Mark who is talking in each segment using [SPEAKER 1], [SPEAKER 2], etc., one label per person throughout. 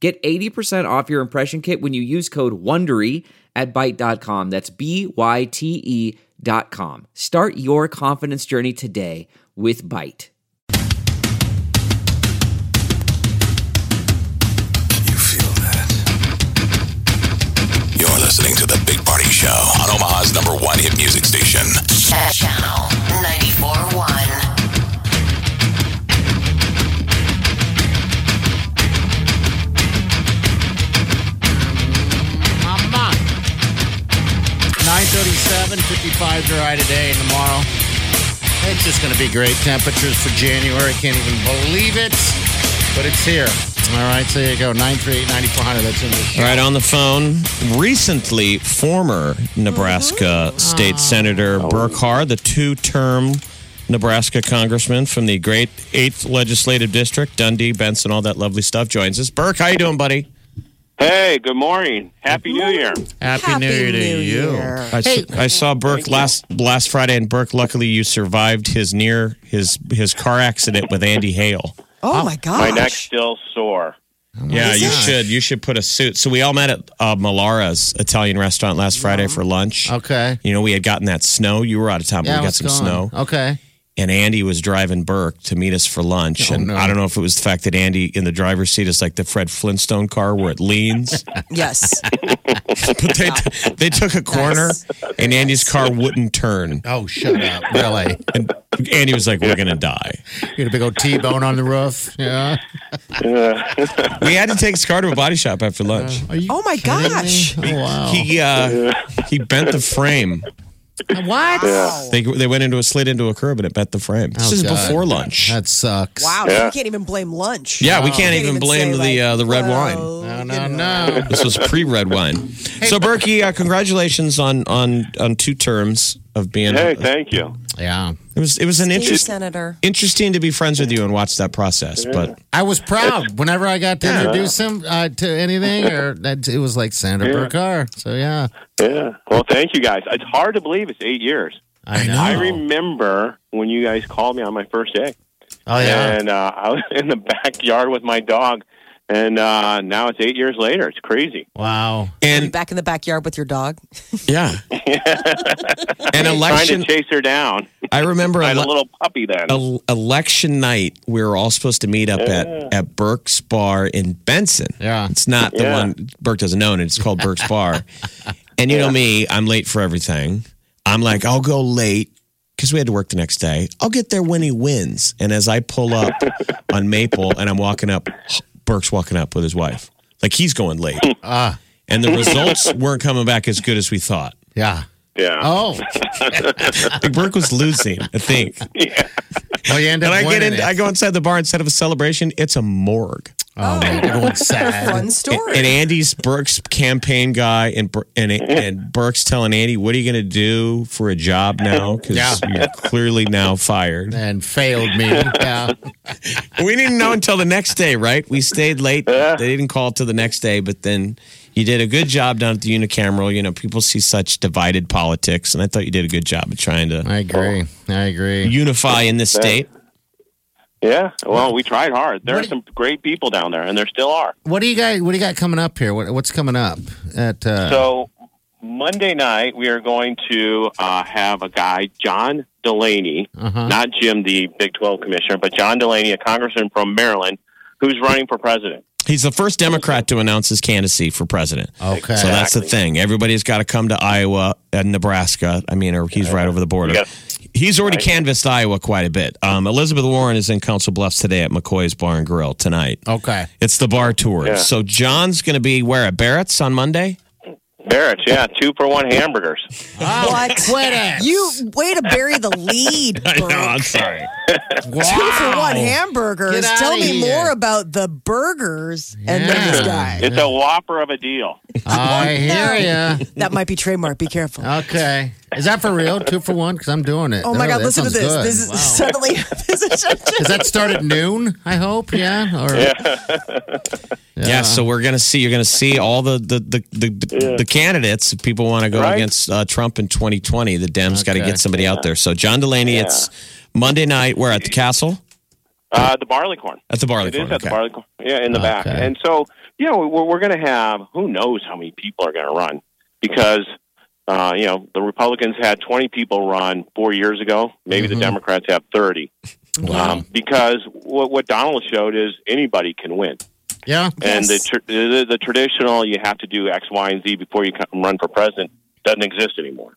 [SPEAKER 1] Get 80% off your impression kit when you use code WONDERY at Byte.com. That's b y t e dot com. Start your confidence journey today with Byte.
[SPEAKER 2] You feel that? You're listening to The Big Party Show on Omaha's number one hit music station.
[SPEAKER 3] Ch- Channel 94.1.
[SPEAKER 4] Mama. 937, 55 dry today and tomorrow. It's just going to be great temperatures for January. Can't even believe it, but it's here. All right, so there you go. 938 9400. That's in the
[SPEAKER 5] All right, on the phone, recently former Nebraska State Senator
[SPEAKER 4] Oh.
[SPEAKER 5] Burkhard, the two term Nebraska congressman from the great 8th Legislative District, Dundee, Benson, all that lovely stuff, joins us. Burke, how you doing, buddy?
[SPEAKER 6] Hey, good morning. Happy New Year.
[SPEAKER 4] Happy, New Year to you.
[SPEAKER 5] I, s- I saw Burke last last Friday, and Burke, luckily you survived his near his his car accident with Andy Hale.
[SPEAKER 4] Mm-hmm.
[SPEAKER 7] Oh, my gosh.
[SPEAKER 6] My neck's still sore.
[SPEAKER 5] Yeah, you
[SPEAKER 4] gosh.
[SPEAKER 5] should you should put a suit. So we all met at uh, Malara's Italian restaurant last Friday for lunch.
[SPEAKER 4] Mm-hmm. Okay.
[SPEAKER 5] You know, we had gotten that snow. You were out of town, but
[SPEAKER 4] Yeah,
[SPEAKER 5] we got
[SPEAKER 4] what's
[SPEAKER 5] some
[SPEAKER 4] going
[SPEAKER 5] snow.
[SPEAKER 4] on? Okay.
[SPEAKER 5] and Andy was driving Burke to meet us for lunch. and
[SPEAKER 4] Oh, no.
[SPEAKER 5] I don't know if it was the fact that Andy in the driver's seat is like the Fred Flintstone car where it leans.
[SPEAKER 7] Yes.
[SPEAKER 5] but they, they took a corner and Andy's car wouldn't turn.
[SPEAKER 4] Oh, shut up. Really?
[SPEAKER 5] And Andy was like, We're going to die.
[SPEAKER 4] You had a big old T bone on the roof. Yeah.
[SPEAKER 5] We had to take his car to a body shop after lunch.
[SPEAKER 4] Are you
[SPEAKER 7] Oh, my
[SPEAKER 4] kidding me?
[SPEAKER 7] gosh.
[SPEAKER 4] Oh, wow.
[SPEAKER 5] He, uh, he bent the frame.
[SPEAKER 4] what?
[SPEAKER 5] They, they went into a slid into a curb and it bent the frame. This
[SPEAKER 4] Oh,
[SPEAKER 5] is
[SPEAKER 4] God.
[SPEAKER 5] before lunch.
[SPEAKER 4] That Oh. sucks.
[SPEAKER 7] Wow.
[SPEAKER 6] Yeah.
[SPEAKER 7] You can't even blame lunch.
[SPEAKER 5] yeah, we
[SPEAKER 4] Wow.
[SPEAKER 5] can't even blame
[SPEAKER 7] say,
[SPEAKER 5] the
[SPEAKER 7] like,
[SPEAKER 5] uh, the red wine.
[SPEAKER 7] "Whoa,"
[SPEAKER 4] No,
[SPEAKER 7] you
[SPEAKER 4] no,
[SPEAKER 7] know.
[SPEAKER 4] no.
[SPEAKER 5] This was pre-red wine. so, Berkey, uh, congratulations on on on two terms of being.
[SPEAKER 6] Hey, thank you.
[SPEAKER 4] Yeah.
[SPEAKER 5] it was it was an
[SPEAKER 7] Thank you,
[SPEAKER 5] interest,
[SPEAKER 7] Senator.
[SPEAKER 5] interesting to be friends with you and watch that process. But
[SPEAKER 4] I was proud whenever I got to introduce him uh, to anything, or that it was like Sandra
[SPEAKER 6] Yeah.
[SPEAKER 4] Burkar. So yeah,
[SPEAKER 6] Yeah. Well, thank you guys. It's hard to believe it's eight years.
[SPEAKER 4] I know.
[SPEAKER 6] I remember when you guys called me on my first day,
[SPEAKER 4] oh yeah,
[SPEAKER 6] and uh, I was in the backyard with my dog, and uh, now it's eight years later. It's crazy.
[SPEAKER 4] wow.
[SPEAKER 5] and
[SPEAKER 7] Back in the backyard with your dog.
[SPEAKER 5] yeah, and
[SPEAKER 6] Trying
[SPEAKER 5] election.
[SPEAKER 6] to chase her down.
[SPEAKER 5] I remember
[SPEAKER 6] I had a
[SPEAKER 5] ele-
[SPEAKER 6] little puppy then.
[SPEAKER 5] el- election night. We were all supposed to meet up at at Burke's Bar in Benson.
[SPEAKER 4] Yeah.
[SPEAKER 5] it's not the
[SPEAKER 6] Yeah.
[SPEAKER 5] one Burke doesn't own. It's called Burke's Bar. And you know me, I'm late for everything. I'm like, I'll go late because we had to work the next day. I'll get there when he wins. And as I pull up on Maple and I'm walking up, Burke's walking up with his wife. Like he's going late.
[SPEAKER 4] Ah.
[SPEAKER 5] And the results weren't coming back as good as we thought.
[SPEAKER 4] Yeah.
[SPEAKER 6] yeah.
[SPEAKER 4] Oh,
[SPEAKER 5] Like Burke was losing, I think.
[SPEAKER 4] well, you end up
[SPEAKER 5] And I get
[SPEAKER 4] winning
[SPEAKER 5] in,
[SPEAKER 4] it.
[SPEAKER 5] I go inside the bar instead of a celebration, it's a morgue.
[SPEAKER 4] oh, everyone's sad.
[SPEAKER 7] Fun story.
[SPEAKER 5] And Andy's Burke's campaign guy, and Bur- and and Burke's telling Andy, "What are you going to do for a job now? Because
[SPEAKER 4] Yeah.
[SPEAKER 5] you're clearly now fired."
[SPEAKER 4] And failed me. Yeah.
[SPEAKER 5] We didn't know until the next day, right? We stayed late. They didn't call till the next day, but then you did a good job down at the unicameral. You know, people see such divided politics, and I thought you did a good job of trying to
[SPEAKER 4] I agree. I agree.
[SPEAKER 5] unify in this state.
[SPEAKER 6] Yeah. Well, we tried hard. There
[SPEAKER 4] What
[SPEAKER 6] are
[SPEAKER 4] do-
[SPEAKER 6] some great people down there, and there still are.
[SPEAKER 4] What do you got? What do you got coming up here? What, what's coming up at? Uh,
[SPEAKER 6] So Monday night we are going to uh, have a guy, John Delaney,
[SPEAKER 4] uh-huh.
[SPEAKER 6] not Jim, the Big Twelve commissioner, but John Delaney, a congressman from Maryland, who's running for president.
[SPEAKER 5] He's the first Democrat to announce his candidacy for president.
[SPEAKER 4] Okay.
[SPEAKER 5] So that's the
[SPEAKER 6] Exactly.
[SPEAKER 5] thing. Everybody's got to come to Iowa and Nebraska. I mean, or he's right over the border.
[SPEAKER 6] You got-
[SPEAKER 5] He's already canvassed Iowa quite a bit. Um, Elizabeth Warren is in Council Bluffs today at McCoy's Bar and Grill tonight.
[SPEAKER 4] okay.
[SPEAKER 5] It's the bar tour.
[SPEAKER 6] Oh. Yeah.
[SPEAKER 5] So John's going to be where at Barrett's on Monday.
[SPEAKER 6] Barrett's, yeah, two for one hamburgers.
[SPEAKER 7] What?
[SPEAKER 4] Quit it.
[SPEAKER 7] You way to bury the lead.
[SPEAKER 5] I know.
[SPEAKER 7] Brooke.
[SPEAKER 5] I'm sorry.
[SPEAKER 4] wow.
[SPEAKER 7] Two for one hamburgers.
[SPEAKER 4] Get outta
[SPEAKER 7] Tell me
[SPEAKER 4] here.
[SPEAKER 7] more about the burgers and then this guy.
[SPEAKER 6] It's a whopper of a deal.
[SPEAKER 4] Oh, I hear you.
[SPEAKER 7] That might be trademark. Be careful.
[SPEAKER 4] Oh, Okay. Is that for real? Two for one? Because I'm doing it.
[SPEAKER 7] Oh my
[SPEAKER 4] No,
[SPEAKER 7] God!
[SPEAKER 4] that
[SPEAKER 7] Listen to
[SPEAKER 4] sounds
[SPEAKER 7] this.
[SPEAKER 4] good.
[SPEAKER 7] This is suddenly. This is
[SPEAKER 4] Does that start at noon? I hope. Yeah. Or,
[SPEAKER 5] Yeah. so we're gonna see. You're gonna see all the the the the, the candidates. If people want to go
[SPEAKER 6] Right.
[SPEAKER 5] against uh, Trump in 2020, the Dems got to
[SPEAKER 4] Okay.
[SPEAKER 5] get somebody out there. So John Delaney,
[SPEAKER 6] Yeah.
[SPEAKER 5] it's Monday night. We're at the castle
[SPEAKER 6] Uh, the barleycorn.
[SPEAKER 5] at the Barley.
[SPEAKER 6] It is
[SPEAKER 5] Corn,
[SPEAKER 6] at the
[SPEAKER 5] okay.
[SPEAKER 6] barleycorn. Yeah, in the back.
[SPEAKER 4] Okay.
[SPEAKER 6] And so, you know, we're, we're going to have who knows how many people are going to run because, uh, you know, the Republicans had 20 people run four years ago. Maybe the Democrats have 30. Um, because what, what Donald showed is anybody can win.
[SPEAKER 4] yeah.
[SPEAKER 6] And the, tr- the the traditional you have to do X, Y, and Z before you come run for president doesn't exist anymore.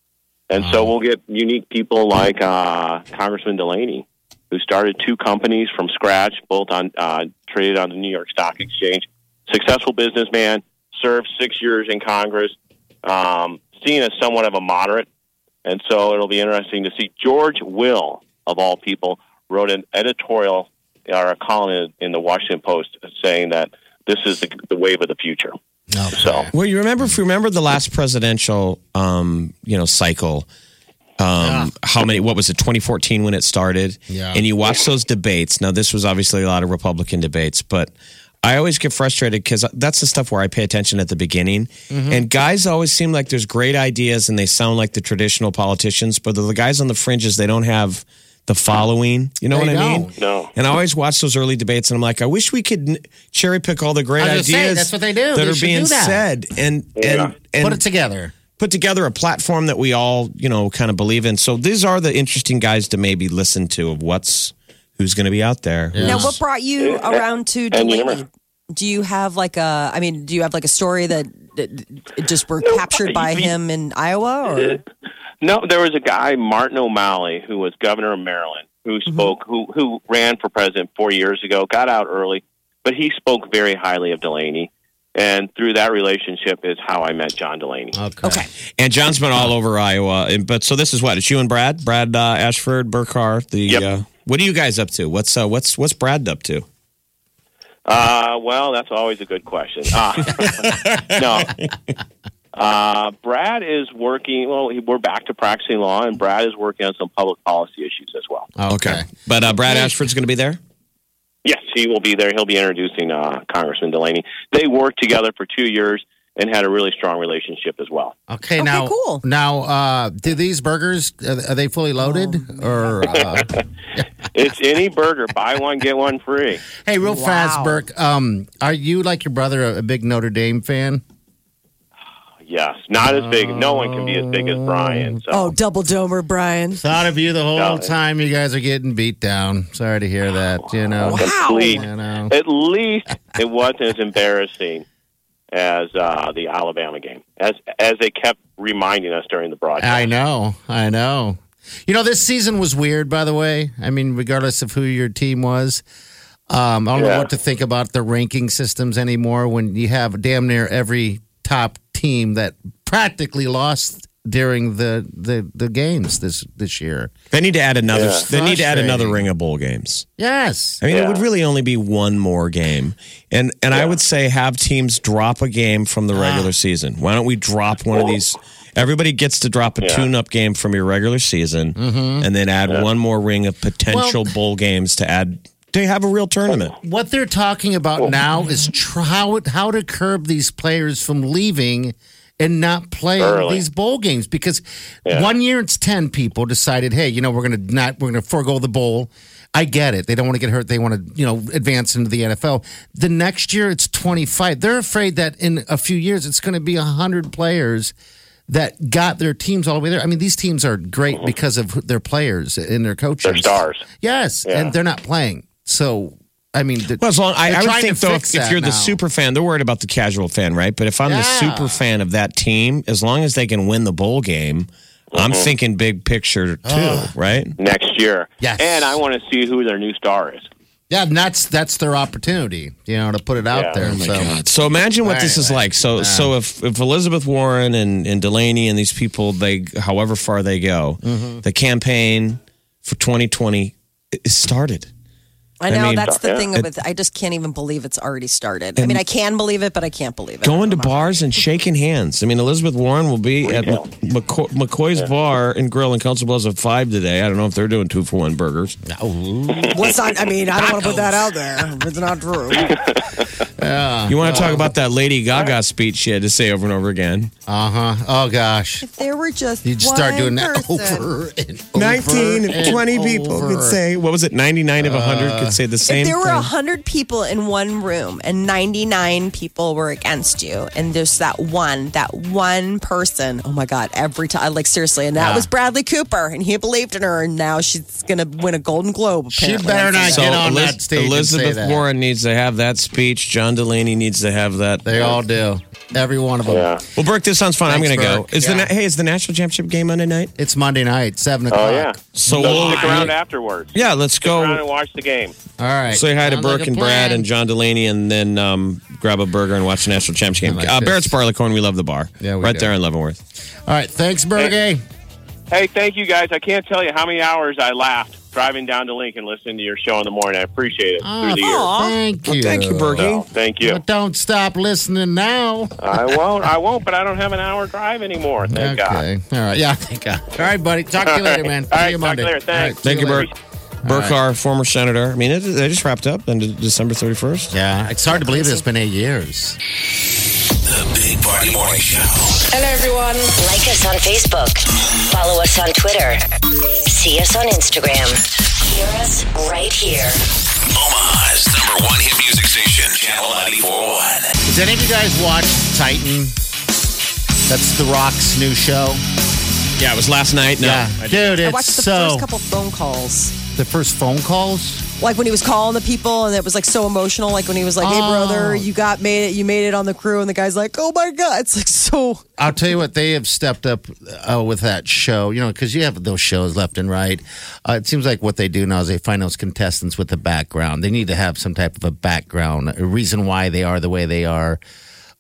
[SPEAKER 6] And so we'll get unique people like uh, Congressman Delaney, who started two companies from scratch, both on uh, traded on the New York Stock Exchange. Successful businessman, served six years in Congress, um, seen as somewhat of a moderate. And so it'll be interesting to see. George Will, of all people, wrote an editorial or a column in, in the Washington Post saying that this is the, the wave of the future. So
[SPEAKER 5] Well, you remember if you remember the last presidential, um, you know, cycle. Um, How many? What was it? 2014 when it started.
[SPEAKER 4] Yeah.
[SPEAKER 5] And you watch those debates. Now, this was obviously a lot of Republican debates, but I always get frustrated because that's the stuff where I pay attention at the beginning.
[SPEAKER 4] Mm-hmm.
[SPEAKER 5] And guys always seem like there's great ideas and they sound like the traditional politicians, but the, the guys on the fringes they don't have the following. You know
[SPEAKER 4] They
[SPEAKER 5] what I mean?
[SPEAKER 4] don't.
[SPEAKER 6] No.
[SPEAKER 5] And I always watch those early debates, and I'm like, I wish we could n- cherry pick all the great
[SPEAKER 4] I was
[SPEAKER 5] ideas
[SPEAKER 4] gonna say, that's what they do.
[SPEAKER 5] that
[SPEAKER 4] They
[SPEAKER 5] are
[SPEAKER 4] should
[SPEAKER 5] being
[SPEAKER 4] do that.
[SPEAKER 5] said, and and and
[SPEAKER 4] Put it together.
[SPEAKER 5] put together a platform that we all you know kind of believe in. So these are the interesting guys to maybe listen to of what's who's going to be out there.
[SPEAKER 4] Yeah.
[SPEAKER 7] Now, what brought you around to
[SPEAKER 6] and you
[SPEAKER 7] Delaney?
[SPEAKER 6] never-
[SPEAKER 7] Do you have like a? I mean, do you have like a story that, that it just were captured by him in Iowa? Or
[SPEAKER 6] No, there was a guy, Martin O'Malley, who was governor of Maryland, who spoke, who who ran for president four years ago, got out early, but he spoke very highly of Delaney, and through that relationship is how I met John Delaney.
[SPEAKER 4] Okay.
[SPEAKER 7] Okay.
[SPEAKER 5] And John's been all over Iowa, and, but so this is what it's you and Brad, Brad uh, Ashford Burkhart. The
[SPEAKER 6] Yep.
[SPEAKER 5] uh, what are you guys up to? What's uh, what's what's Brad up to?
[SPEAKER 6] Uh, well, that's always a good question. Uh, no. Uh, Brad is working. Well, he- we're back to practicing law, and Brad is working on some public policy issues as well.
[SPEAKER 4] Okay.
[SPEAKER 5] but uh, Brad Ashford's going to be there.
[SPEAKER 6] Yes, he will be there. He'll be introducing uh, Congressman Delaney. They worked together for two years and had a really strong relationship as well.
[SPEAKER 4] Okay, now,
[SPEAKER 7] cool.
[SPEAKER 4] now, uh, do these burgers are are they fully loaded
[SPEAKER 7] Oh,
[SPEAKER 4] or? Uh,
[SPEAKER 6] It's any burger, buy one get one free.
[SPEAKER 4] hey, real fast,
[SPEAKER 7] Wow.
[SPEAKER 4] Burke. Um, are you like your brother a, a big Notre Dame fan?
[SPEAKER 6] Yes, not as big. No one can be as big as Brian. So.
[SPEAKER 7] oh, double domer, Brian.
[SPEAKER 4] Thought of you the whole
[SPEAKER 6] No.
[SPEAKER 4] time. You guys are getting beat down. Sorry to hear that. You know.
[SPEAKER 6] complete.
[SPEAKER 4] You know.
[SPEAKER 6] At least it wasn't as embarrassing as uh, the Alabama game, as as they kept reminding us during the broadcast.
[SPEAKER 4] I know. I know. You know, this season was weird, by the way. I mean, regardless of who your team was, um, I don't know
[SPEAKER 6] Yeah.
[SPEAKER 4] what to think about the ranking systems anymore when you have damn near every top team that practically lost during the, the, the games this, this year.
[SPEAKER 5] They need to add another.
[SPEAKER 6] Yeah.
[SPEAKER 5] They need to add another
[SPEAKER 4] Frustrating.
[SPEAKER 5] ring of bowl games.
[SPEAKER 4] Yes.
[SPEAKER 5] I mean, it
[SPEAKER 6] Yeah.
[SPEAKER 5] would really only be one more game, and and I would say have teams drop a game from the regular season. Why don't we drop one of these? Everybody gets to drop a
[SPEAKER 6] Yeah.
[SPEAKER 5] tune-up game from your regular season, and then add one more ring of potential bowl games to add to have a real tournament.
[SPEAKER 4] What they're talking
[SPEAKER 6] Oh.
[SPEAKER 4] about now is tr- how, how to curb these players from leaving and not playing
[SPEAKER 6] Early.
[SPEAKER 4] these bowl games because one year it's 10 people decided hey you know we're going to not we're going to forego the bowl i get it they don't want to get hurt they want to you know advance into the nfl the next year it's 25 they're afraid that in a few years it's going to be 100 players that got their teams all the way there i mean these teams are great because of who- their players and their coaches
[SPEAKER 6] They're Uh-huh. stars.
[SPEAKER 4] yes and they're not playing so i mean the-
[SPEAKER 5] Well, as long, I,
[SPEAKER 4] they're
[SPEAKER 5] I would
[SPEAKER 4] trying
[SPEAKER 5] think
[SPEAKER 4] to
[SPEAKER 5] though,
[SPEAKER 4] fix
[SPEAKER 5] if, if
[SPEAKER 4] that
[SPEAKER 5] you're the
[SPEAKER 4] now.
[SPEAKER 5] super fan, they're worried about the casual fan, right? But if I'm the
[SPEAKER 4] Yeah.
[SPEAKER 5] super fan of that team, as long as they can win the bowl game, I'm thinking big picture too, right?
[SPEAKER 6] Next year,
[SPEAKER 4] Yes.
[SPEAKER 6] and I want to see who their new star is.
[SPEAKER 4] Yeah, and that's that's their opportunity, you know, to put it out
[SPEAKER 6] Yeah.
[SPEAKER 4] there.
[SPEAKER 6] Oh
[SPEAKER 4] so
[SPEAKER 5] So imagine what this is
[SPEAKER 4] Anyway,
[SPEAKER 5] like. So so if, if Elizabeth Warren and, and Delaney and these people, they however far they go, the campaign for 2020 is started.
[SPEAKER 7] I know
[SPEAKER 5] mean-
[SPEAKER 7] that's the
[SPEAKER 6] Yeah.
[SPEAKER 7] thing. With, I just can't even believe it's already started. I mean, I can believe it, but I can't believe it.
[SPEAKER 5] Going to bars and shaking hands. I mean, Elizabeth Warren will be at
[SPEAKER 6] Yeah.
[SPEAKER 5] McCoy, McCoy's Bar and Grill in Council Bluffs at five today. I don't know if they're doing two for one burgers.
[SPEAKER 7] What's not? I mean, I don't want to put that out there. It's not true.
[SPEAKER 4] Oh.
[SPEAKER 5] You want to talk about that Lady Gaga speech she had to say over and over again?
[SPEAKER 4] uh huh. Oh gosh.
[SPEAKER 7] There were just
[SPEAKER 4] You just start
[SPEAKER 7] one
[SPEAKER 4] doing that
[SPEAKER 7] person.
[SPEAKER 4] over and over.
[SPEAKER 5] 19 of
[SPEAKER 4] and
[SPEAKER 5] 20 people
[SPEAKER 4] over.
[SPEAKER 5] could say, what was it? 99 of 100 could say the same
[SPEAKER 7] If there were
[SPEAKER 5] thing.
[SPEAKER 7] a hundred people in one room and ninety nine people were against you, and there's that one, that one person. Oh my God! Every time, like seriously, and that was Bradley Cooper, and he believed in her, and now she's gonna win a Golden Globe.
[SPEAKER 4] She
[SPEAKER 7] apparently.
[SPEAKER 4] better not
[SPEAKER 5] So
[SPEAKER 4] get on
[SPEAKER 5] Eliz-
[SPEAKER 4] that stage.
[SPEAKER 5] Elizabeth
[SPEAKER 4] and say that.
[SPEAKER 5] Warren needs to have that speech. John Delaney needs to have that.
[SPEAKER 4] They all do. Every one of them.
[SPEAKER 6] Yeah.
[SPEAKER 5] Well, Burke, this sounds fun. I'm going
[SPEAKER 4] Thanks,
[SPEAKER 5] to go.
[SPEAKER 4] Burke.
[SPEAKER 5] Is the
[SPEAKER 4] Yeah.
[SPEAKER 5] na- hey is the national championship game on tonight?
[SPEAKER 4] It's Monday night, seven o'clock.
[SPEAKER 6] Oh yeah.
[SPEAKER 5] So
[SPEAKER 6] So
[SPEAKER 5] we'll-
[SPEAKER 6] stick around afterwards.
[SPEAKER 5] Yeah, let's
[SPEAKER 6] Stick around and
[SPEAKER 5] go.
[SPEAKER 6] watch the game.
[SPEAKER 4] All right.
[SPEAKER 5] Say hi to
[SPEAKER 4] Sounds
[SPEAKER 5] Burke
[SPEAKER 4] like a
[SPEAKER 5] and Brad
[SPEAKER 4] plan.
[SPEAKER 5] and John Delaney, and then um, grab a burger and watch the national championship game.
[SPEAKER 4] I like
[SPEAKER 5] uh,
[SPEAKER 4] this.
[SPEAKER 5] Barrett's Barleycorn, we love the bar.
[SPEAKER 4] Yeah, we
[SPEAKER 5] right
[SPEAKER 4] do.
[SPEAKER 5] there in Leavenworth.
[SPEAKER 4] All right. Thanks, Berge.
[SPEAKER 6] Hey, thank you guys. I can't tell you how many hours I laughed driving down to Lincoln listening to your show in the morning. I appreciate it
[SPEAKER 4] Oh,
[SPEAKER 6] through the year.
[SPEAKER 4] thank you.
[SPEAKER 5] Thank you, Burke.
[SPEAKER 6] So, thank you.
[SPEAKER 4] But don't stop listening now.
[SPEAKER 6] I won't. I won't. But I don't have an hour drive anymore. Thank God.
[SPEAKER 4] okay. All right. Yeah. Thank God. All right, buddy. Talk to you later, man.
[SPEAKER 6] All
[SPEAKER 4] See
[SPEAKER 6] right,
[SPEAKER 4] you
[SPEAKER 6] talk
[SPEAKER 4] Monday.
[SPEAKER 6] to you later.
[SPEAKER 4] All
[SPEAKER 6] Thanks.
[SPEAKER 4] right, see
[SPEAKER 5] Thank you,
[SPEAKER 4] later.
[SPEAKER 5] Burke. Burke, our former senator. I mean, it, they just wrapped up on de- December 31st.
[SPEAKER 4] Yeah, it's hard to believe it's been eight years.
[SPEAKER 2] The Big Party Morning Show.
[SPEAKER 8] Hello, everyone.
[SPEAKER 3] Like us on Facebook. Follow us on Twitter. See us on Instagram. Hear us right here.
[SPEAKER 2] Omaha's number one hit music station, Channel 941.
[SPEAKER 4] Did any of you guys watch Titan? That's The Rock's new show.
[SPEAKER 5] Yeah, it was last night. No.
[SPEAKER 4] dude,
[SPEAKER 7] I
[SPEAKER 4] it's
[SPEAKER 7] watched the
[SPEAKER 4] so
[SPEAKER 7] first couple phone calls.
[SPEAKER 4] the first phone calls.
[SPEAKER 7] like when he was calling the people and it was like so emotional like when he was like hey
[SPEAKER 4] Oh.
[SPEAKER 7] brother you got made it you made it on the crew and the guy's like oh my god it's like so
[SPEAKER 4] I'll tell you what they have stepped up uh, with that show. You know, because you have those shows left and right. Uh, it seems like what they do now is they find those contestants with a background. They need to have some type of a background, a reason why they are the way they are.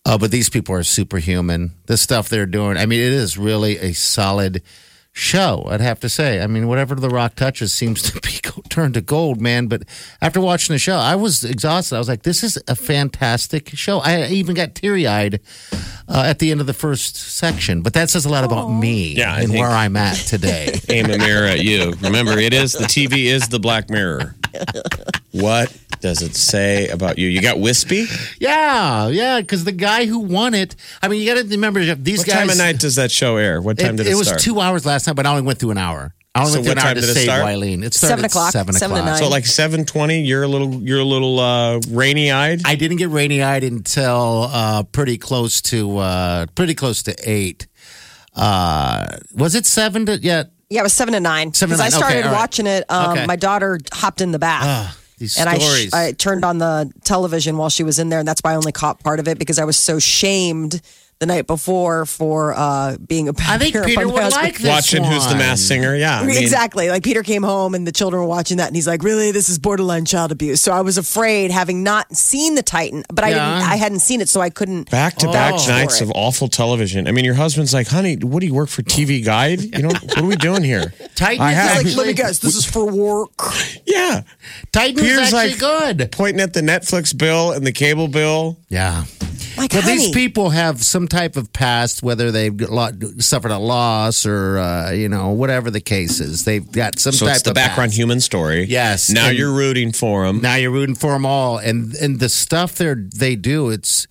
[SPEAKER 4] Uh, but these people are superhuman. The stuff they're doing. I mean, it is really a solid show. I'd have to say. I mean, whatever The Rock touches seems to be go- turned to gold, man. But after watching the show, I was exhausted. I was like, this is a fantastic show. I even got teary eyed uh, at the end of the first section. But that says a lot about me
[SPEAKER 5] Yeah, I
[SPEAKER 4] and
[SPEAKER 5] think-
[SPEAKER 4] where I'm at today.
[SPEAKER 5] aim a mirror at you. Remember, it is the TV is the black mirror. What does it say about you? You got wispy.
[SPEAKER 4] yeah, yeah, because the guy who won it, I mean, you got to remember these
[SPEAKER 5] What
[SPEAKER 4] guys.
[SPEAKER 5] time of night does that show air? What time
[SPEAKER 4] it,
[SPEAKER 5] did
[SPEAKER 4] it
[SPEAKER 5] it,
[SPEAKER 4] was
[SPEAKER 5] start?
[SPEAKER 4] two hours last night, but I only went through an hour. I only
[SPEAKER 5] So
[SPEAKER 4] went through
[SPEAKER 5] what
[SPEAKER 4] an hour
[SPEAKER 5] time
[SPEAKER 4] to
[SPEAKER 5] did it
[SPEAKER 4] save
[SPEAKER 5] start?
[SPEAKER 4] Eileen. It started
[SPEAKER 7] Seven o'clock,
[SPEAKER 4] At seven
[SPEAKER 7] seven to
[SPEAKER 4] o'clock.
[SPEAKER 7] nine.
[SPEAKER 5] so like seven twenty. You're a little. You're a little uh, rainy eyed.
[SPEAKER 4] I didn't get rainy eyed until uh, pretty close to uh, pretty close to eight. Uh, was it seven to yeah?
[SPEAKER 7] yeah it was seven to nine
[SPEAKER 4] Seven to
[SPEAKER 7] i
[SPEAKER 4] nine, okay,
[SPEAKER 7] started
[SPEAKER 4] all right.
[SPEAKER 7] watching it um,
[SPEAKER 4] Okay. Ah,
[SPEAKER 7] my daughter hopped in the bath
[SPEAKER 4] These
[SPEAKER 7] and I, sh-
[SPEAKER 4] stories.
[SPEAKER 7] I turned on the television while she was in there and that's why i only caught part of it because i was so shamed the night before for uh, being a
[SPEAKER 4] I think
[SPEAKER 7] parent
[SPEAKER 4] Peter
[SPEAKER 7] on my
[SPEAKER 4] would
[SPEAKER 7] husband.
[SPEAKER 4] like this
[SPEAKER 5] Watching Who's the
[SPEAKER 4] one.
[SPEAKER 5] Masked Singer? Yeah, I mean,
[SPEAKER 7] exactly. Like Peter came home and the children were watching that, and he's like, "Really, this is borderline child abuse." So I was afraid, having not seen the Titan, but I didn't,
[SPEAKER 4] Yeah.
[SPEAKER 7] I hadn't seen it, so I couldn't.
[SPEAKER 5] Back to back
[SPEAKER 7] Oh.
[SPEAKER 5] nights of awful television. I mean, your husband's like, "Honey, what do you work for? TV Guide? You know, what are we doing here?"
[SPEAKER 4] Titan
[SPEAKER 5] I
[SPEAKER 4] is
[SPEAKER 5] have-
[SPEAKER 4] actually,
[SPEAKER 7] Like, let me guess, this is for work.
[SPEAKER 5] Yeah,
[SPEAKER 4] Titan is
[SPEAKER 5] Peter's
[SPEAKER 4] actually
[SPEAKER 5] like
[SPEAKER 4] good.
[SPEAKER 5] pointing at the Netflix bill and the cable bill.
[SPEAKER 4] Yeah.
[SPEAKER 7] Like,
[SPEAKER 4] Well, these
[SPEAKER 7] honey,
[SPEAKER 4] people have some type of past, whether they've lo- suffered a loss or uh, you know whatever the case is. They've got some
[SPEAKER 5] So
[SPEAKER 4] type
[SPEAKER 5] it's the
[SPEAKER 4] of
[SPEAKER 5] background
[SPEAKER 4] past.
[SPEAKER 5] human story.
[SPEAKER 4] Yes,
[SPEAKER 5] Now
[SPEAKER 4] and-
[SPEAKER 5] you're rooting for him.
[SPEAKER 4] Now you're rooting for them all, and and the stuff they they do, it's.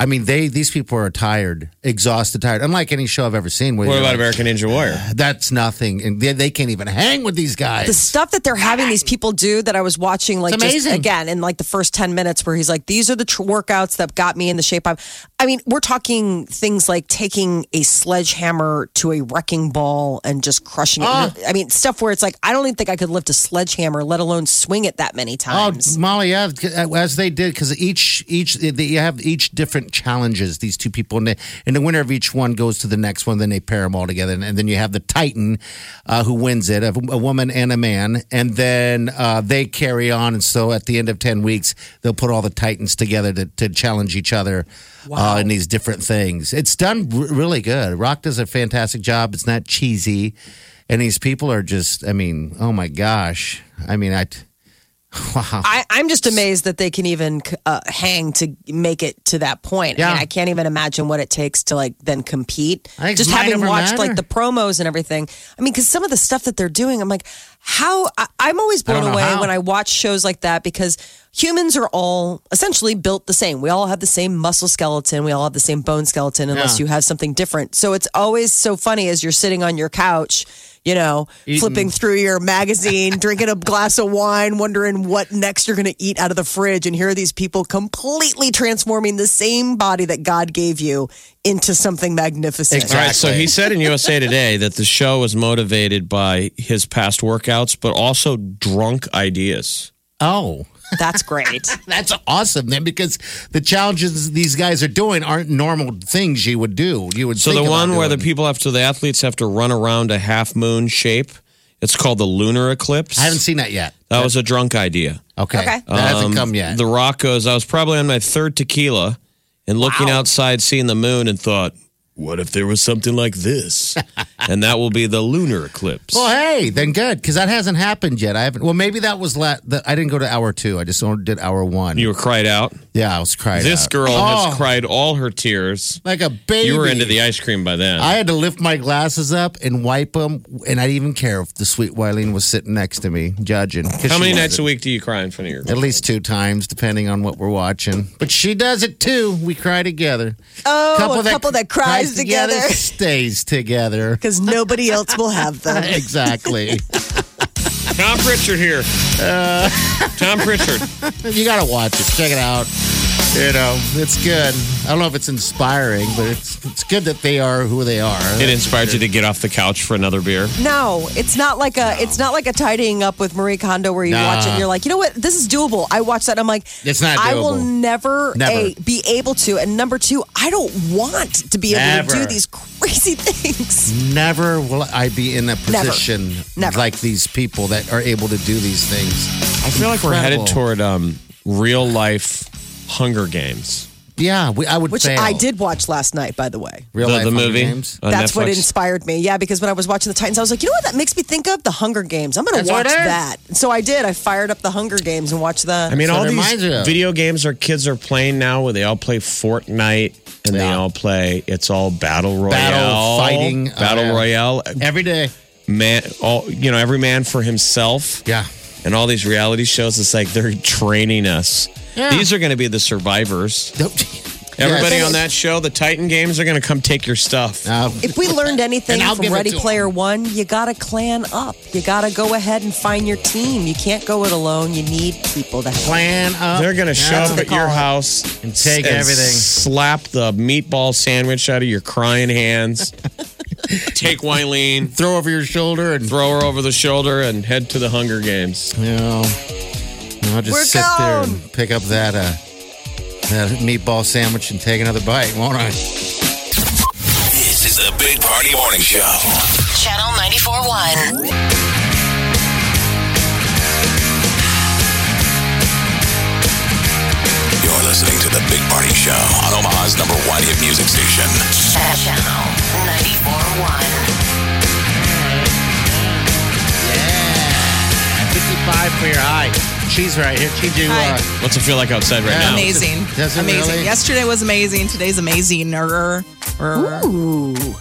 [SPEAKER 4] I mean, they these people are tired, exhausted, tired. Unlike any show I've ever seen. Where
[SPEAKER 5] What
[SPEAKER 4] you're
[SPEAKER 5] about
[SPEAKER 4] like,
[SPEAKER 5] American Ninja Warrior?
[SPEAKER 4] That's nothing, and they, they can't even hang with these guys.
[SPEAKER 7] the stuff that they're having these people do that I was watching, like
[SPEAKER 4] It's
[SPEAKER 7] just
[SPEAKER 4] amazing.
[SPEAKER 7] again in like the first ten minutes, where he's like, "These are the tr- workouts that got me in the shape I'm." I mean, we're talking things like taking a sledgehammer to a wrecking ball and just crushing
[SPEAKER 4] Ah.
[SPEAKER 7] it. I mean, stuff where it's like, I don't even think I could lift a sledgehammer, let alone swing it that many
[SPEAKER 4] Oh,
[SPEAKER 7] times.
[SPEAKER 4] uh, Molly, yeah, as they did, because each each they have each different challenges. These two people, and the, and the winner of each one goes to the next one. Then they pair them all together, and, and then you have the Titan uh, who wins it, a, a woman and a man, and then uh, they carry on. And so at the end of ten weeks, they'll put all the Titans together to, to challenge each other uh, in these different things. It's done r- really good. Rock does a fantastic job. It's not cheesy, and these people are just—I mean, oh my gosh! I mean, I. Wow.
[SPEAKER 7] I, I'm just amazed that they can even uh, hang to make it to that point. I,
[SPEAKER 4] Yeah.
[SPEAKER 7] mean, I can't even imagine what it takes to like then compete.
[SPEAKER 4] I think
[SPEAKER 7] Just
[SPEAKER 4] mind
[SPEAKER 7] having
[SPEAKER 4] over
[SPEAKER 7] watched
[SPEAKER 4] matter.
[SPEAKER 7] like the promos and everything. I mean, because some of the stuff that they're doing, I'm like, how? I, I'm always
[SPEAKER 4] I don't
[SPEAKER 7] blown
[SPEAKER 4] know
[SPEAKER 7] away
[SPEAKER 4] how.
[SPEAKER 7] when I watch shows like that because humans are all essentially built the same. We all have the same muscle skeleton. We all have the same bone skeleton, unless
[SPEAKER 4] Yeah.
[SPEAKER 7] you have something different. So it's always so funny as you're sitting on your couch. You know, flipping through your magazine, drinking a glass of wine, wondering what next you're going to eat out of the fridge. And here are these people completely transforming the same body that God gave you into something magnificent.
[SPEAKER 5] All right, so he said in USA Today that the show was motivated by his past workouts, but also drunk ideas.
[SPEAKER 4] Oh,
[SPEAKER 7] That's great.
[SPEAKER 4] that's awesome then because the challenges these guys are doing aren't normal things you would do. You would
[SPEAKER 5] So
[SPEAKER 4] think
[SPEAKER 5] the
[SPEAKER 4] about
[SPEAKER 5] one where the
[SPEAKER 4] doing.
[SPEAKER 5] people have to, the athletes have to run around a half moon shape. It's called the lunar eclipse.
[SPEAKER 4] I haven't seen that yet.
[SPEAKER 5] That was a drunk idea.
[SPEAKER 4] Okay,
[SPEAKER 7] Okay.
[SPEAKER 4] that hasn't come yet.
[SPEAKER 5] Um, The Rock goes, I was probably on my third tequila and looking outside, seeing the moon, and thought, what if there was something like this? and that will be the lunar eclipse.
[SPEAKER 4] well, hey, then good because that hasn't happened yet. I haven't. Well, maybe that was la- the, I didn't go to hour two. I just only did hour one.
[SPEAKER 5] you were cried out.
[SPEAKER 4] yeah, I was crying.
[SPEAKER 5] This
[SPEAKER 4] out.
[SPEAKER 5] girl has
[SPEAKER 4] Oh,
[SPEAKER 5] cried all her tears.
[SPEAKER 4] like a baby.
[SPEAKER 5] You were into the ice cream by then.
[SPEAKER 4] I had to lift my glasses up and wipe them, and I didn't even care if the sweet Wileen was sitting next to me judging.
[SPEAKER 5] How many nights a week do you cry in front of your
[SPEAKER 4] At least two times, depending on what we're watching. But she does it too. We cry together. Oh,
[SPEAKER 7] a couple that cries together.
[SPEAKER 4] stays together.
[SPEAKER 7] Because nobody else will have them.
[SPEAKER 4] exactly.
[SPEAKER 5] Tom Pritchard here. Uh. Tom Pritchard.
[SPEAKER 4] you gotta watch it. Check it out. You know, it's good. I don't know if it's inspiring, but it's it's good that they are who they are.
[SPEAKER 5] It inspired you to get off the couch for another beer.
[SPEAKER 7] No, it's not like a it's not like a tidying up with Marie Kondo where you
[SPEAKER 4] Nah.
[SPEAKER 7] watch it and you're like, you know what, this is doable. I watch that. And I'm like,
[SPEAKER 4] It's not
[SPEAKER 7] I will
[SPEAKER 4] doable.
[SPEAKER 7] never,
[SPEAKER 4] Never.
[SPEAKER 7] A, be able to, and number two, I don't want to be able to do
[SPEAKER 4] Never. Mm,
[SPEAKER 7] these crazy things.
[SPEAKER 4] Never will I be in a
[SPEAKER 7] Never.
[SPEAKER 4] position
[SPEAKER 7] Never.
[SPEAKER 4] like these people that are able to do these things.
[SPEAKER 5] I feel like we're
[SPEAKER 4] Incredible.
[SPEAKER 5] headed toward um, real life Hunger Games.
[SPEAKER 4] Yeah, we, I would.
[SPEAKER 7] Which
[SPEAKER 4] fail.
[SPEAKER 7] I did watch last night, by the way.
[SPEAKER 4] Real
[SPEAKER 5] the,
[SPEAKER 4] life
[SPEAKER 5] the
[SPEAKER 4] Hunger
[SPEAKER 5] movie. Uh,
[SPEAKER 4] Games.
[SPEAKER 5] on
[SPEAKER 7] That's what
[SPEAKER 5] Netflix.
[SPEAKER 7] inspired me. Yeah, because when I was watching the Titans, I was like, you know what that makes me think of? The Hunger Games. I'm going to
[SPEAKER 4] That's what
[SPEAKER 7] watch
[SPEAKER 4] it is.
[SPEAKER 7] that. So I did. I fired up the Hunger Games and watched that.
[SPEAKER 5] I mean,
[SPEAKER 4] That's
[SPEAKER 5] all
[SPEAKER 4] what it
[SPEAKER 5] these
[SPEAKER 4] reminds you of.
[SPEAKER 5] video games our kids are playing now, where they all play Fortnite and they
[SPEAKER 4] Yeah.
[SPEAKER 5] all play. It's all battle royale,
[SPEAKER 4] Battle fighting.
[SPEAKER 5] battle
[SPEAKER 4] Oh, yeah.
[SPEAKER 5] royale.
[SPEAKER 4] Every day.
[SPEAKER 5] Man, all you know, every man for himself.
[SPEAKER 4] Yeah.
[SPEAKER 5] and all these reality shows. It's like they're training us.
[SPEAKER 4] Yeah.
[SPEAKER 5] These are going to be the survivors. Everybody on that show, the Titan games, are going to come take your stuff.
[SPEAKER 4] Uh,
[SPEAKER 7] if we learned anything
[SPEAKER 4] And I'll
[SPEAKER 7] from
[SPEAKER 4] give it
[SPEAKER 7] Ready
[SPEAKER 4] to 'em.
[SPEAKER 7] Player One, you gotta clan up. You gotta go ahead and find your team. You can't go it alone. You need people to help.
[SPEAKER 4] plan up.
[SPEAKER 5] They're going to show
[SPEAKER 4] That's
[SPEAKER 5] up
[SPEAKER 4] what
[SPEAKER 5] at
[SPEAKER 4] they
[SPEAKER 5] your
[SPEAKER 4] call it.
[SPEAKER 5] house
[SPEAKER 4] And take
[SPEAKER 5] s-
[SPEAKER 4] everything.
[SPEAKER 5] Slap the meatball sandwich out of your crying hands. take Wileen,
[SPEAKER 4] Throw over your shoulder and
[SPEAKER 5] throw her over the shoulder, and head to the Hunger Games.
[SPEAKER 4] you know, I'll just
[SPEAKER 7] We're
[SPEAKER 4] sit there
[SPEAKER 7] gone.
[SPEAKER 4] and pick up that uh, that meatball sandwich and take another bite, won't I?
[SPEAKER 2] This is the Big Party Morning Show.
[SPEAKER 3] Channel 941.
[SPEAKER 2] You're listening to the Big Party Show on Omaha's number one hit music station.
[SPEAKER 3] Channel 941.
[SPEAKER 4] Yeah, fifty-five for your high. She's right here. She do.
[SPEAKER 8] Hi.
[SPEAKER 4] Uh,
[SPEAKER 5] What's it feel like outside right
[SPEAKER 4] Yeah.
[SPEAKER 5] now?
[SPEAKER 8] Amazing.
[SPEAKER 4] Does it
[SPEAKER 8] amazing.
[SPEAKER 4] really?
[SPEAKER 8] Yesterday was amazing. Today's amazing. Err, err.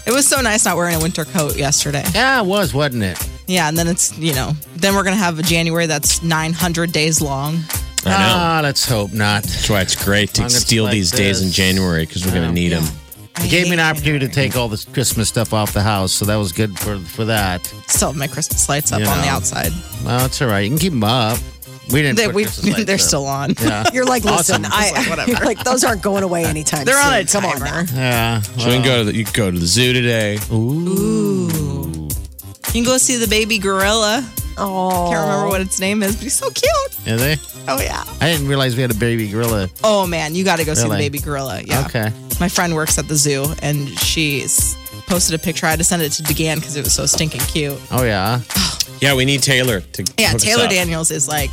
[SPEAKER 8] It was so nice not wearing a winter coat yesterday.
[SPEAKER 4] yeah, it was, wasn't it?
[SPEAKER 8] Yeah, and then it's, you know, then we're going to have a January that's 900 days long.
[SPEAKER 5] I know.
[SPEAKER 4] Ah, let's hope not.
[SPEAKER 5] That's why it's great to
[SPEAKER 4] Long as
[SPEAKER 5] steal
[SPEAKER 4] like
[SPEAKER 5] these days in
[SPEAKER 4] this.
[SPEAKER 5] January because we're going to need them.
[SPEAKER 8] I
[SPEAKER 4] It gave me an
[SPEAKER 8] hate
[SPEAKER 4] opportunity to
[SPEAKER 8] January.
[SPEAKER 4] take all this Christmas stuff off the house, so that was good for for that.
[SPEAKER 8] Still have my Christmas lights up
[SPEAKER 4] You
[SPEAKER 8] on the
[SPEAKER 4] know.
[SPEAKER 8] outside.
[SPEAKER 4] Well, it's all right. You can keep them up. We didn't.
[SPEAKER 8] They,
[SPEAKER 4] put
[SPEAKER 8] we,
[SPEAKER 4] Christmas lights
[SPEAKER 8] they're
[SPEAKER 4] up.
[SPEAKER 8] still on.
[SPEAKER 4] Yeah.
[SPEAKER 7] You're like, listen, I
[SPEAKER 8] whatever.
[SPEAKER 7] you're like those aren't going away anytime
[SPEAKER 8] They're on
[SPEAKER 7] soon.
[SPEAKER 8] a
[SPEAKER 7] Come on, now.
[SPEAKER 8] timer.
[SPEAKER 4] Yeah.
[SPEAKER 5] So we can go to the, you can go to the zoo today.
[SPEAKER 8] You can go see the baby gorilla.
[SPEAKER 7] Oh,
[SPEAKER 8] Can't remember what its name is, but he's so cute.
[SPEAKER 4] Are they?
[SPEAKER 8] Oh yeah.
[SPEAKER 4] I didn't realize we had a baby gorilla.
[SPEAKER 8] Oh man, you got to go see the
[SPEAKER 4] Really?
[SPEAKER 8] baby gorilla. Yeah.
[SPEAKER 4] Okay.
[SPEAKER 8] My friend works at the zoo, and she's posted a picture. I had to send it to DeGan because it was so stinking cute.
[SPEAKER 4] Oh yeah.
[SPEAKER 5] Yeah, we need Taylor to.
[SPEAKER 8] Yeah,
[SPEAKER 5] hook us
[SPEAKER 8] Taylor
[SPEAKER 5] up.
[SPEAKER 8] Daniels is like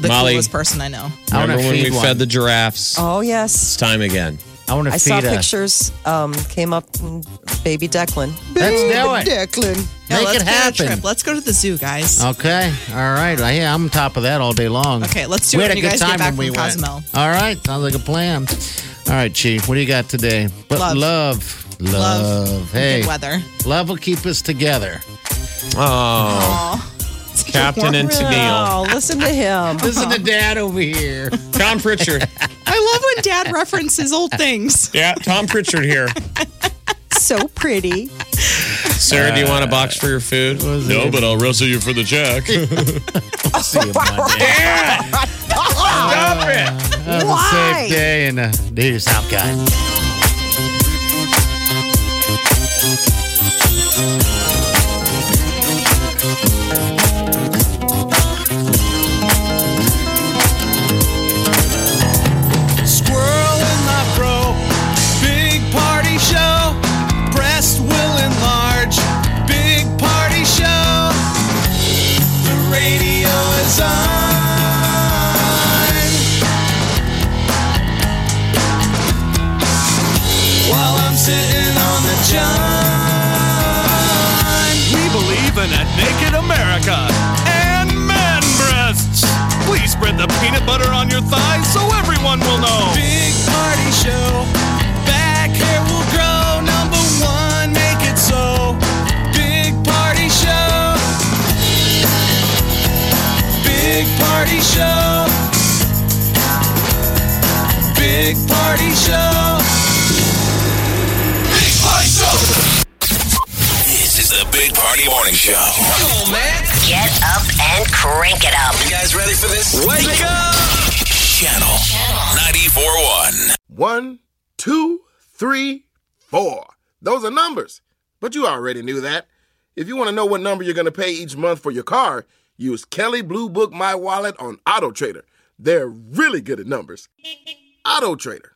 [SPEAKER 8] the
[SPEAKER 5] Molly.
[SPEAKER 8] coolest person I know.
[SPEAKER 4] I wanna
[SPEAKER 5] Remember when
[SPEAKER 4] feed
[SPEAKER 5] we
[SPEAKER 4] one.
[SPEAKER 5] fed the giraffes?
[SPEAKER 7] oh yes.
[SPEAKER 5] It's time again.
[SPEAKER 4] I want to
[SPEAKER 7] I
[SPEAKER 4] feed
[SPEAKER 7] saw
[SPEAKER 4] a.
[SPEAKER 7] pictures. Um, came up, mm, baby Declan.
[SPEAKER 4] Let's do it.
[SPEAKER 8] Yeah,
[SPEAKER 4] Make
[SPEAKER 8] let's
[SPEAKER 4] it
[SPEAKER 8] plan a
[SPEAKER 4] happen.
[SPEAKER 8] trip. Let's go to the zoo, guys.
[SPEAKER 4] Okay. All right. Well, yeah, I'm on top of that all day long.
[SPEAKER 8] Okay, let's do
[SPEAKER 4] we
[SPEAKER 8] it
[SPEAKER 4] had
[SPEAKER 8] when
[SPEAKER 4] a
[SPEAKER 8] you
[SPEAKER 4] good
[SPEAKER 8] guys get
[SPEAKER 4] time
[SPEAKER 8] back
[SPEAKER 4] when we
[SPEAKER 8] from
[SPEAKER 4] went.
[SPEAKER 8] Cozumel.
[SPEAKER 4] All right. Sounds like a plan. All right, Chief. What do you got today? But
[SPEAKER 8] Love.
[SPEAKER 4] love.
[SPEAKER 8] Love.
[SPEAKER 4] Love. Hey,
[SPEAKER 8] Good weather.
[SPEAKER 4] love will keep us together.
[SPEAKER 5] Oh,
[SPEAKER 8] Oh,
[SPEAKER 5] Captain and Tennille.
[SPEAKER 7] Oh, listen to him.
[SPEAKER 4] Listen to Dad over here.
[SPEAKER 5] Tom Pritchard.
[SPEAKER 8] I love when Dad references old things.
[SPEAKER 5] yeah, Tom Pritchard here.
[SPEAKER 7] so pretty.
[SPEAKER 5] Sarah, do you want a box for your food? Uh, No, but I'll wrestle you for the check.
[SPEAKER 4] See you Monday.
[SPEAKER 5] Stop it.
[SPEAKER 4] Have a safe day and uh, do yourself good.
[SPEAKER 9] Squirrel in my fro. Big party show. Breast will enlarge. Big party show. The radio is on. While I'm sitting on the john. We believe in a naked America and man breasts. Please spread the peanut butter on your thighs so everyone will know. Big party show. Back hair will grow. Number one, make it so. Big party show. Big party show. Big party show.
[SPEAKER 2] Big Party Show. This is the Big Party Morning Show.
[SPEAKER 9] Come on, man.
[SPEAKER 3] Get up and crank it up.
[SPEAKER 2] You guys ready for this?
[SPEAKER 9] Wake up.
[SPEAKER 2] Channel 94.1.
[SPEAKER 10] One, two, three, four. Those are numbers, but you already knew that. If you want to know what number you're going to pay each month for your car, use Kelly Blue Book My Wallet on Auto Trader. They're really good at numbers. Auto Trader.